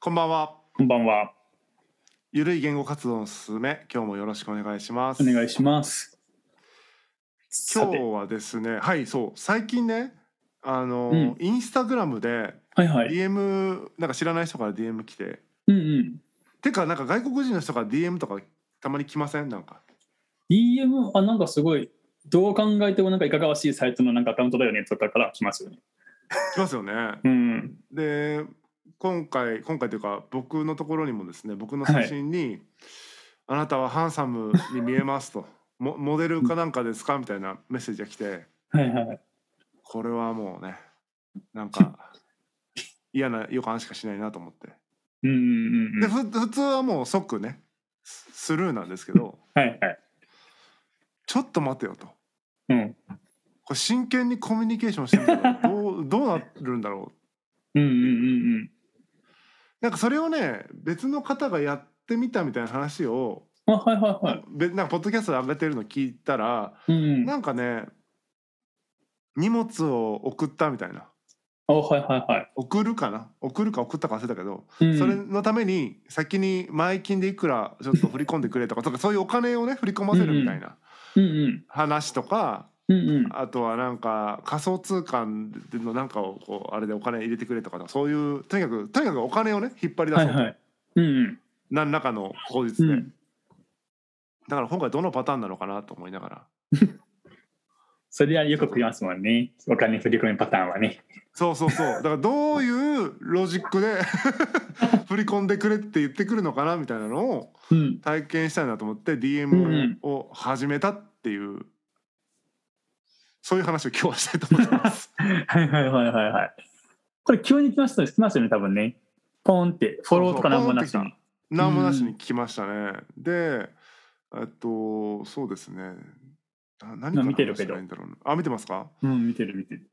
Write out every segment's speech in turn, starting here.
こんばんは。こんばんは。ゆるい言語活動のすすめ、今日もよろしくお願いします。お願いします。今さ日て、はですね、はい、そう、最近ね、あの、うんインスタグラムではいはい。 DM、なんか知らない人から DM 来て、うんうん。てかなんか外国人の人から DM とかたまに来ませんなんか。 DM、あ、なんかすごい、どう考えてもなんかいかがわしいサイトのなんかアカウントだよねとかから来ますよね。来ますよね。うん。で、今回今回というか僕のところにもですね、僕の写真に、あなたはハンサムに見えますと。モモデルかなんかですかみたいなメッセージが来て。はいはい。これはもうねなん か嫌な予感しかしないなと思ってうんうんうん。ではいふ普通はもう即ねススルーなんですけどはい。ちょっと待てよとうん。これ真剣にコミュニケーションしてるんだ けどどうどうなるんだろううんうんうんなんかそれをね別の方がやってみたみたいな話をうん。あ、はいはいはい。べなんかポッドキャストで上げてるの聞いたらうん。なんかね荷物を送ったみたいなあ、はいはいはい。送るかな送るか送ったか忘れたけどうん、それのために先に前金でいくらちょっと振り込んでくれとかとかそういうお金をね振り込ませるみたいなうんうん。話とかうんうん。あとはなんか仮想通貨のなんかをこうあれでお金入れてくれとかそういうとにかくとにかくお金をね引っ張り出はいすはい。うんうん。何らかの口う実でん、だから今回どのパターンなのかなと思いながらそれはよく食いますもんね。お金振り込みパターンはね。そうそうそうだからどういうロジックで 振り込んでくれって言ってくるのかなみたいなのをうん。体験したいなと思ってうんう DM んを始めたっていう、そういう話を今日はしたいと思い ます。はいはいはいはいはい。これ急に来ましたね、来ましたよね、多分ね。ポンって、フォローとかなんもなしそうそうにポンっ。何もなしに聞きましたね。でえっとそうですねな何から見てるけど話したらいいんだろうなあ見てますかうん、見てる見てる。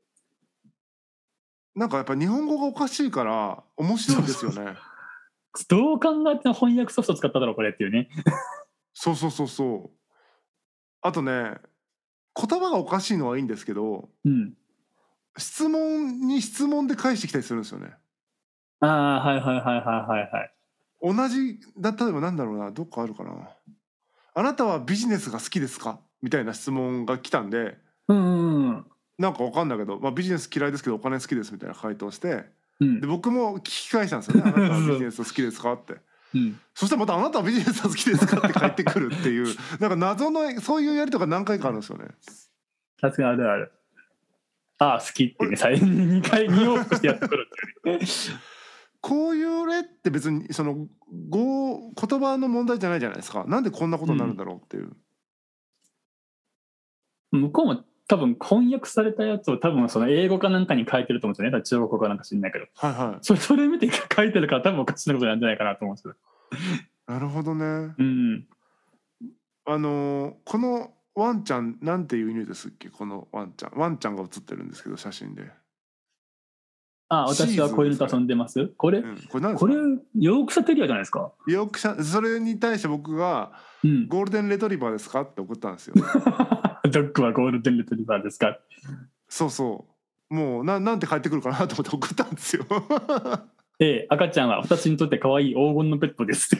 なんかやっぱ日本語がおかしいから面白いですよね。どう考えても翻訳ソフト使っただろ、これっていうね。そうそうそうそう。あとね言葉がおかしいのはいいんですけどうん。質問に質問で返してきたりするんですよね。ああ、はいはいはいはいはいはい。同じだ例えばなんだろうなどっかあるかなあなたはビジネスが好きですかみたいな質問が来たんでうんうんうん。なんかわかんないけど、まあ、ビジネス嫌いですけどお金好きですみたいな回答してうんで僕も聞き返したんです よね「あなたはビジネス好きですか?」ってうん、そしたらまた「あなたはビジネスが好きですか?」って返ってくるっていう なんか謎のそういうやりとか何回かあるんですよね。確かにあるある。ああ、好きってね、最後に2回、2往復してやってくる っていうね。こういう例って別にその語言葉の問題じゃないじゃないですかなんでこんなことになるんだろうっていう、向こうも多分翻訳されたやつを多分その英語かなんかに書いてると思うんですよね。中国語かなんか知んないけど。はいはそれそれ見て書いてるから多分おかしなことなんじゃないかなと思うんですよ。いなるほどねうん。あのーこのワンちゃんなんていう犬ですっけこのワンちゃんワンちゃんが写ってるんですけど写真で、ああ、私はこういうのと遊んでます。これう、ん、これ何ですこかれ、ヨークシャテリアじゃないですか。よくしゃそれに対して僕が「うん。ゴールデンレトリバーですか?」って送ったんです よドッグはゴールデンレトリバーですか。そうそうもうななんて帰ってくるかなと思って送ったんですよ ええ、赤ちゃんは私にとって可愛い黄金のペットです。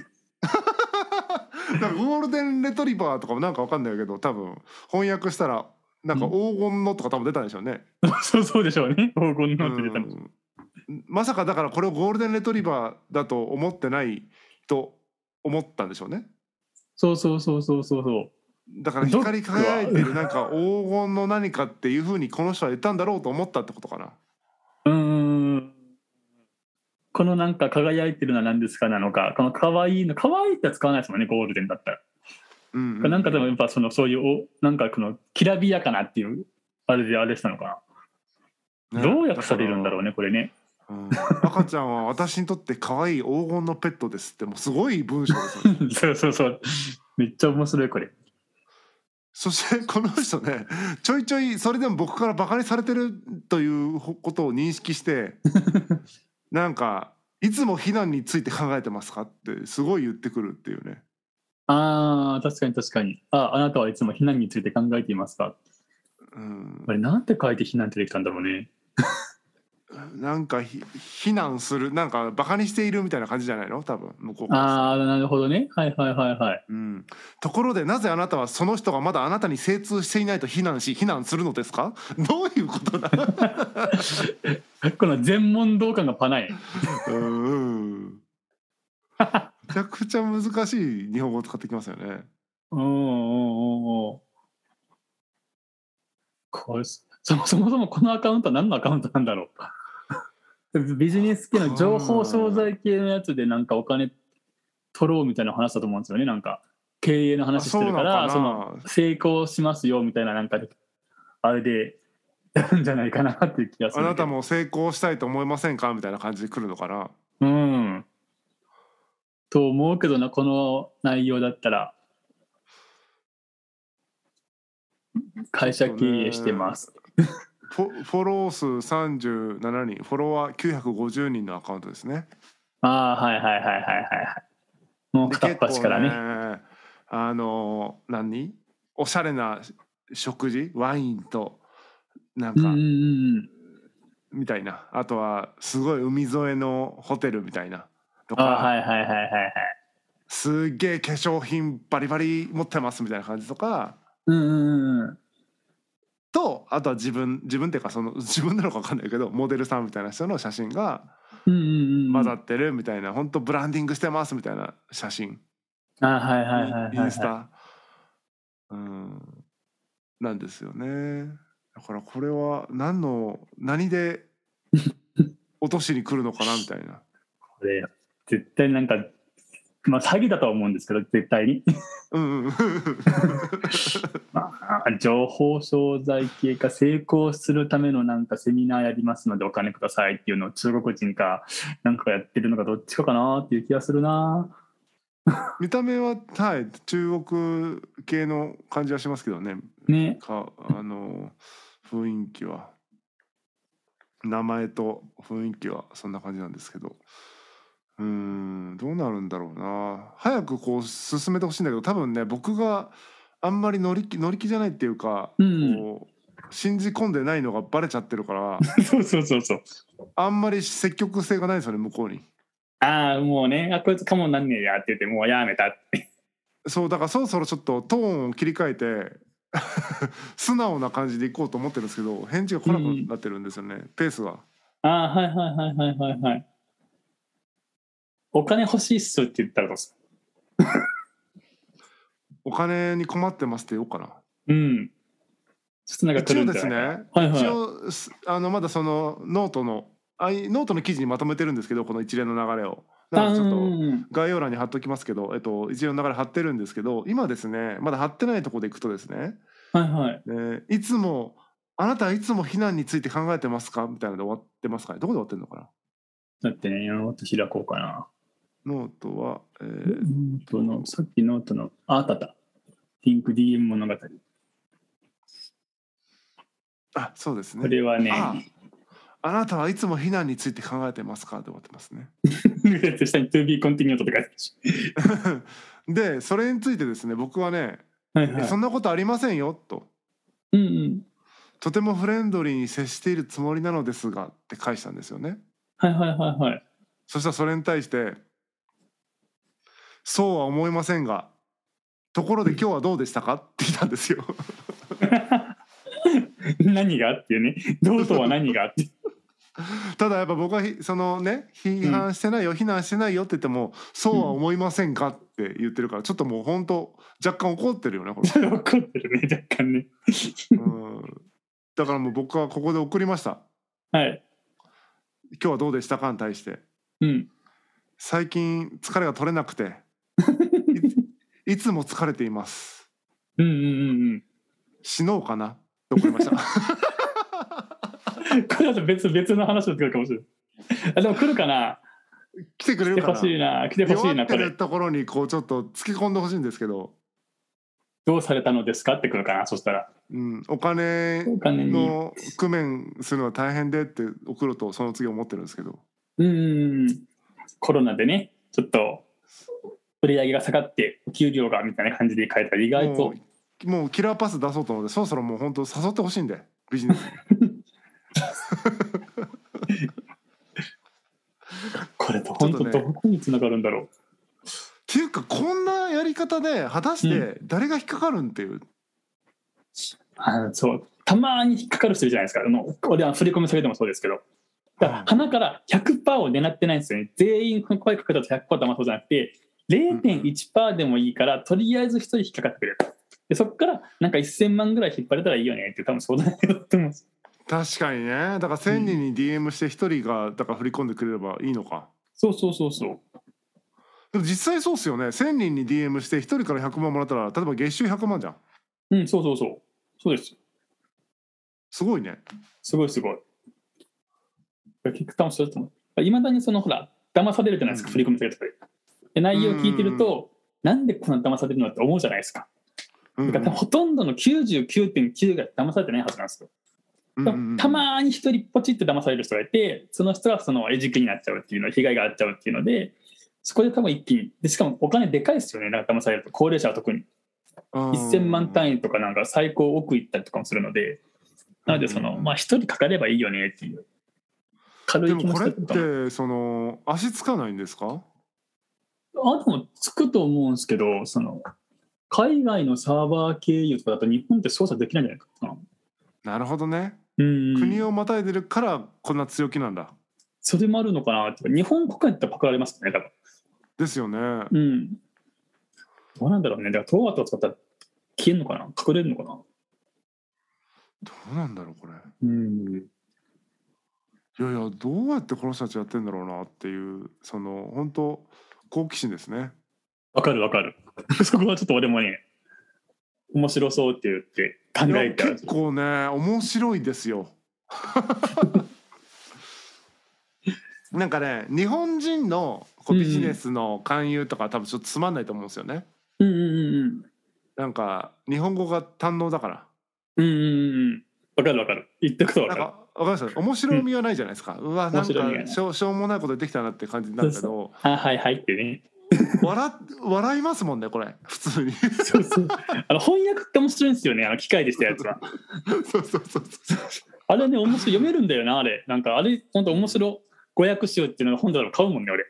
なんかゴールデンレトリバーとかもなんかわかんないけど多分翻訳したらなんか黄金のとか多分出たんでしょうね、そうそうでしょうね。黄金うのって出たの。ん、まさかだからこれをゴールデンレトリバーだと思ってないと思ったんでしょうねそうそうそうそうそうそう。だから光り輝いてるなんか黄金の何かっていうふうにこの人は言ったんだろうと思ったってことかなうーんこのなんか輝いてるのは何ですかなのか、この可愛いの、可愛いっては使わないですもんね、ゴールデンだったら。うん、うなんかでもやっぱその、そういうお、なんかこの、きらびやかなっていう、あれであれしたのかな。ねどう訳されるんだろうね、これね。だからうん赤ちゃんは私にとって可愛い黄金のペットですってもうすごい文章です よねそうそうそう。めっちゃ面白い、これ。そしてこの人ねちょいちょいそれでも僕からバカにされてるということを認識して なんかいつも避難について考えてますかってすごい言ってくるっていうねあー、確かに確かに。あ、あなたはいつも避難について考えていますか。うんあれ、なんて書いて避難ってできたんだろうね。なんかひ非難するなんかバカにしているみたいな感じじゃないの多分向こうからするとああ、なるほどね。はいはいは いはい。うん、ところでなぜあなたはその人がまだあなたに精通していないと非難し非難するのですか どういうことだこの全問同感がパない。 うんめちゃくちゃ難しい日本語を使ってきますよね。うんうんうんうん。これ、そもそもそもこのアカウントは何のアカウントなんだろう。 ビジネス系の情報商材系のやつでなんかお金取ろうみたいな話だと思うんですよね。なんか経営の話してるから、あそそうなののかな成功しますよみたいななんかあれでやるんじゃないかなっていう気がすある。なた。も成功したいと思いませんかみたいな感じで来るのかな。うん。と思うけどな、この内容だったら。会社経営してます。フォフォロー数37人フォロワー950人のアカウントですね。ああ、はいはいはいはいはいはい。もうで片っ端からね。ねあの何おしゃれな食事ワインとなんうか、んうんうん。みたいなあとはすごい海沿いのホテルみたいなとあか、あ、はいはいはいはいはい。すっげえ化粧品バリバリ持ってますみたいな感じとかうんうんうん。とあとは自分自分っていうかその 自分なのか分かんないけどモデルさんみたいな人の写真がうんうんうん。混ざってるみたいな、ほんとブランディングしてますみたいな写真、ああ、はいはいはいはいイはンスい。タ、うん、なんですよねだからこれは何の何 で落としに来るのかなみたいな。これ、絶対なんか、まあ詐欺だとは思うんですけど、絶対に。うんうん まあ、情報商材系か成功するためのなんかセミナーやりますのでお金くださいっていうのを中国人かなんかやってるのかどっちかかなっていう気がするな。見た目ははい中国系の感じはしますけどねね。かあの雰囲気は名前と雰囲気はそんな感じなんですけどうーんどうなるんだろうな早くこう進めてほしいんだけど多分ね僕があんまり乗り気乗り気じゃないっていうか、うんこう信じ込んでないのがバレちゃってるから そうそうそうそう。あんまり積極性がないですよね向こうに。ああ、もうね、あ、こいつかもなんねえやって言って、もうやめたって。 そうだからそろそろちょっとトーンを切り替えて 素直な感じでいこうと思ってるんですけど返事が来なくなってるんですよね、ペースが。ああ、はいはいはいはいはいはい。お金欲しいっすって言ったらどうすお金に困ってますって言おうかな。るうん。ちょっとなんか来一る応んでじゃすないね、かな。はい一はい。応すあのまだそのノートのあいノートの記事にまとめてるんですけどこの一連の流れを。なのでちょっあとうん概要欄に貼っときますけど、えっと、一連の流れ貼ってるんですけど今ですねまだ貼ってないところでいくとですね、はいはい。えーいつも「あなたはいつも避難について考えてますか?」みたいなので終わってますかねどこで終わってるのかなだってね、ノート開こうかな。ノートは、えノーートの、さっきノートの、ああったあった。ピンク DM 物語。こあそうですねれはね、ああなたはいつも避難について考えてますか?」で終わってますね。下に To be continued って書いてあるし。でそれについてですね僕はね、はいえはいそ。んなことありませんよ」とうんうん。 「とてもフレンドリーに接しているつもりなのですが」って返したんですよね。はいはいはいはい。そしたらそれに対して「そうは思いませんがところで今日はどうでしたか?」って来たんですよ。 何がっていうね、ノートは何がって。ただやっぱ僕はひそのね批判してないよ、非難してないよって言っても「そうは思いませんが」って言ってるからちょっともう本当若干怒ってるよねこれ。 怒ってるね、若干ね。うんだからもう僕はここで送りましたはい。 「今日はどうでしたか?」に対してうん。 「最近疲れが取れなくていいつも疲れていますうんうん死のうかな」って送りま したうんうん。これだと別別の話を作るかもしれない。あでも来るかな。来てくれ来るてかほなしいな。来てほしい弱な。っこてれるところにこうちょっと突き込んでほしいんですけど、どうされたのですかって来るかな。そしたらうん、お金お金に。の工面するのは大変でって送るとその次思ってるんですけどうんうんうん。コロナでね、ちょっと売り上げが下がってお給料がみたいな感じで変えたら意外もとうもうキラーパス出そうと思ってそろそろもう本当誘ってほしいんでビジネスにこれ本当ちょっとどねこに繋がるんだろていうかこんなやり方で果たして誰が引っかかるんっていう、うあそうたまに引っかかる人いるじゃないですかあの俺は振り込み下げてもそうですけどだからうん鼻から100%を狙ってないんですよね全員この声かけたと100%騙そうじゃなくて0.1%でもいいからとりあえず一人引っかかってくれるでそこからなんか1000万ぐらい引っ張れたらいいよねって多分そうだと思います確かにねだから1,000人に DM して1人がだから振り込んでくれればいいのかそうそうそうそうでも実際そうっすよね1,000人に DM して1人から100万もらったら例えば月収100万じゃんうんそうそうそうそうですすごいねすごいすごい。結局多分それだと思う。いまだにそのほら、騙されるじゃないですか、うん振り込みされたとかで。で内容を聞いてると、なんでこんな騙されるのって思うじゃないですか。うんうだんからほとんどの99.9が騙されてないはずなんですよ。うんうんうんたまに一人ポチって騙される人がいて、その人はその餌食になっちゃうっていうの、被害があっちゃうっていうので、そこで多分一気に。でしかもお金でかいですよね、なんか騙されると、高齢者は特に。1000万円単位とかなんか最高奥行ったりとかもするので、なのでその、うんまあ一人かかればいいよねっていう。軽でい気も持これちだっったかなてその足つかないんですかあ、でもつくと思うんですけど、その、海外のサーバー経由とかだと日本って操作できないんじゃないかな。なるほどね、うん。国をまたいでるからこんな強気なんだそれもあるのかなって。日本国内だったらパクられますね、多分。ですよね、うん。どうなんだろうね。だからトーアとか使ったら消えるのかな隠れるのかなどうなんだろうこれうん。いやいやどうやってこの人たちやってんだろうなっていうその本当好奇心ですねわかるわかる。 そこはちょっと俺もね、面白そうって言って考いやえたら結構ね面白いです よなんかね日本人のこうビジネスの勧誘とか多分ちょっとつまんないと思うんですよねうんうんなんか日本語が堪能だからうんうん。うんうんうん。わかるわかる。言ってることわなんかる。かわかります面白みはないじゃないですか、うわなん面白みがかないしょうしょうもないこと言ってきたなって感じになるけどあはいはいってね。笑っ笑いますもんねこれ普通に そう そう。あの翻訳って面白いんですよね。あの機械でしたやつは。そうそうそうそうあれね面白い読めるんだよなあれ。なんかあれ本当面白い語訳しようっていうのが本だろ買うもんね 俺。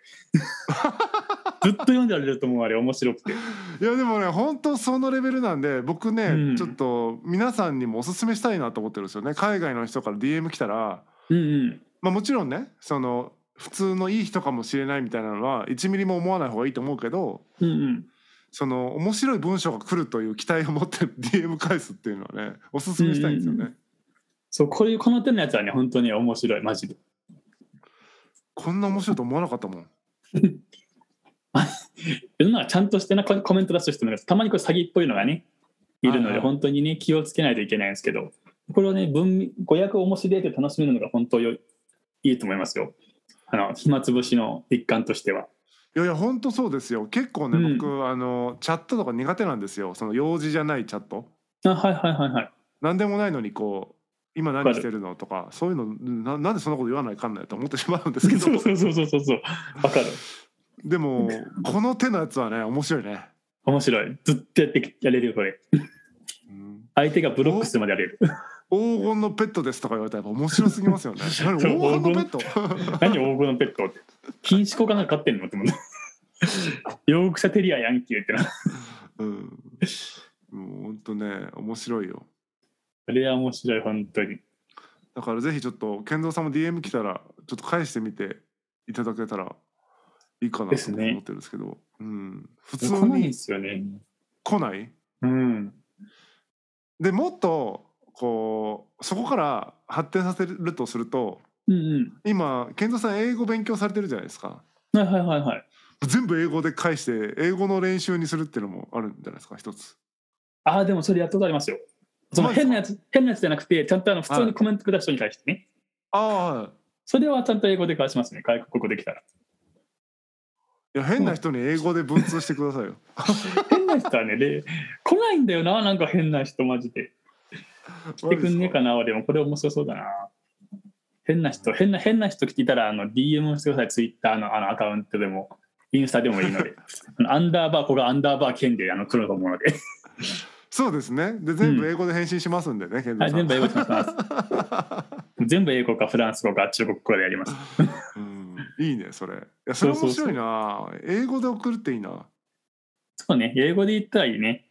ずっと読んでられると思うあれ面白くて。いやでもね本当そのレベルなんで僕ね、うんちょっと皆さんにもおすすめしたいなと思ってるんですよね海外の人から DM 来たら、うんうん。まあ、もちろんねその普通のいい人かもしれないみたいなのは1ミリも思わない方がいいと思うけどうんうん。その面白い文章が来ると いう期待を持って DM 返すっていうのはねおすすめしたいんですよね。うんそうこういうこの手のやつはね本当に面白いマジで。こんな面白いと思わなかったもん。世の中ちゃんとしてなココメント出す人もいますたまにこれ詐欺っぽいのがねいるのはいではい本当にね気をつけないといけないんですけどこれをね文語訳を面白いで楽しめるのが本当よいいと思いますよあの暇つぶしの一環としてはいやいや本当そうですよ結構ね、うん僕あのチャットとか苦手なんですよその用事じゃないチャット。あはいはいはいはい何でもないのにこう今何してるのとかそういうのななんでそんなこと言わないかんないと思ってしまうんですけ そうどそうそうそうそうそうわかるでもこの手のやつはね面白いね、面白いずっとやってきやれるよこれうん相手がブロックするまでやれる黄金のペットですとか言われたらやっぱ面白すぎ ますよね何黄金のペット何黄金のペットって禁止効かなんか飼ってんのって思う ヨークシャテリアやんけってなうんもうほんとね面白いよあれは面白い本当にだからぜひちょっと健三さんも DM 来たらちょっと返してみていただけたらいいかなでとす思ってねるんですけどうん、普通来ないんでにすよね来ないうんでもっとこうそこから発展させるとするとうんうん今健三さん英語勉強されてるじゃないですかはいはいはいはい。全部英語で返して英語の練習にするっていうのもあるんじゃないですか一つああ、でもそれやったことありますよ。そのそうです変かなやつ、変なやつじゃなくて、ちゃんとあの普通にコメントくだす人に対してね。ああそれはちゃんと英語で返しますね。外国語でき たら。いや変な人に英語で文通してくだ さいよ変な人はね、で、来ないんだよな、なんか変な人マジで。来てくんねえかな、俺も。これ面白そうだな。変な人、変な、変な人来ていたら、あの、DM をしてください。Twitter のあのアカウントでも、インスタでもい いので。あのアンダーバー、ここがアンダーバー剣であの来ると思うので。そうですねで全部英語で返信しますんでね健は三さい、全ん部英 語にします。全部英語かフランス語か中国語でやります。うんいいねそれいやそれ面そうそうそ白ういな英語で送るっていいなそうね、英語で言ったらいいね。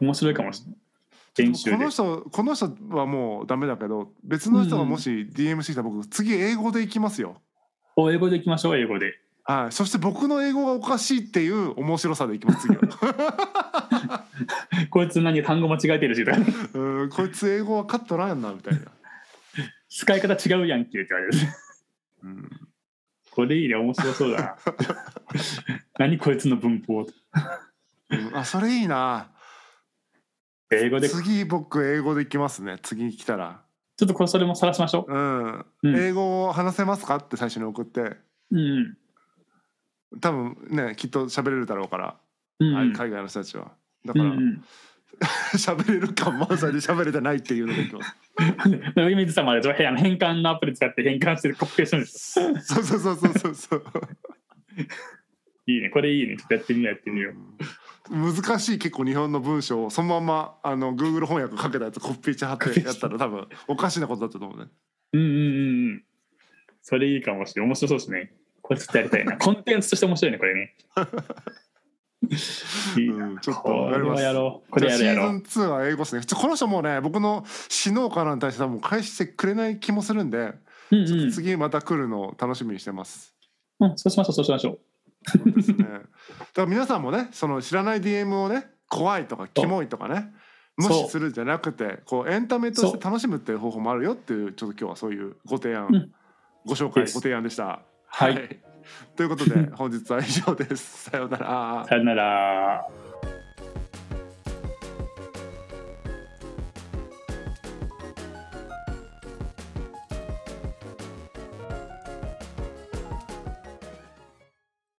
面白いかもしれない。練習こでの。人この人はもうダメだけど別の人がもし DM してきたら僕次英語で行きますよお英語でいきましょう、英語で。はいそして僕の英語がおかしいっていう面白さで行き ます次はこいつ何単語間違えてるし、とか うんこいつ英語はカットないんだみたいな、使い方違うやんけって言われる。うん、これいいね、面白そうだな。 何こいつの文う法んあそれいいな英語で、ちょ次僕英語で行きますね次来たらっとこれそれも晒しましょうん、う。うん。英語を話せますかって最初に送ってうん。多分ねきっと喋れるだろうから、うん。はい海外の人たちはだうからん、 喋、れる感満載で喋れてないっていうのがいきますうん。上水さんまで変換のアプリ使って変換してコピペするんですそうそうそうそうそうそういいね、これいいね。ちょっとやってみよう、やってみよう。難しい結構日本の文章をそのまんまあの Google 翻訳かけたやつコピーチ貼ってやったら多 分おかしなことだったと思うねうんうんうんうん。それいいかもしれない。面白そうですね。これちょっとやりたい な。コンテンツとして面白いね、これね。 いいなうんちょっと こやれりまはすやろう。これやるじゃやあろう。シーズン2は英語ですねちょこの人もうね僕の死のうからに対して多分返してくれない気もするんで、うんちょっうんと。次また来るのを楽しみにしてますうん、そうしましょう、そうしましょう。そうですね。だ から皆さんもね、その知らない DM をね、怖いとかキモいとかね、無視するんじゃなくて、こうエンタメとして楽しむっていう方法もあるよっていう、ちょっと今日はそういうご提案、うんご紹介、ですご提案でした。はいということで本日は以上です。さようなら。さよなら。 「